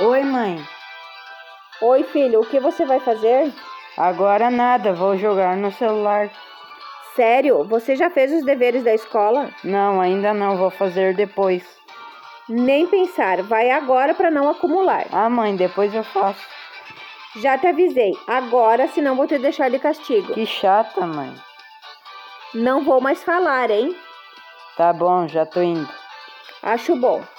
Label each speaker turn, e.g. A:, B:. A: Oi, mãe.
B: Oi, filho, o que você vai fazer?
A: Agora nada, vou jogar no celular.
B: Sério? Você já fez os deveres da escola?
A: Não, ainda não, vou fazer depois.
B: Nem pensar, vai agora para não acumular.
A: Ah, mãe, depois eu faço.
B: Já te avisei, agora, senão vou te deixar de castigo.
A: Que chata, mãe.
B: Não vou mais falar, hein?
A: Tá bom, já tô indo.
B: Acho bom.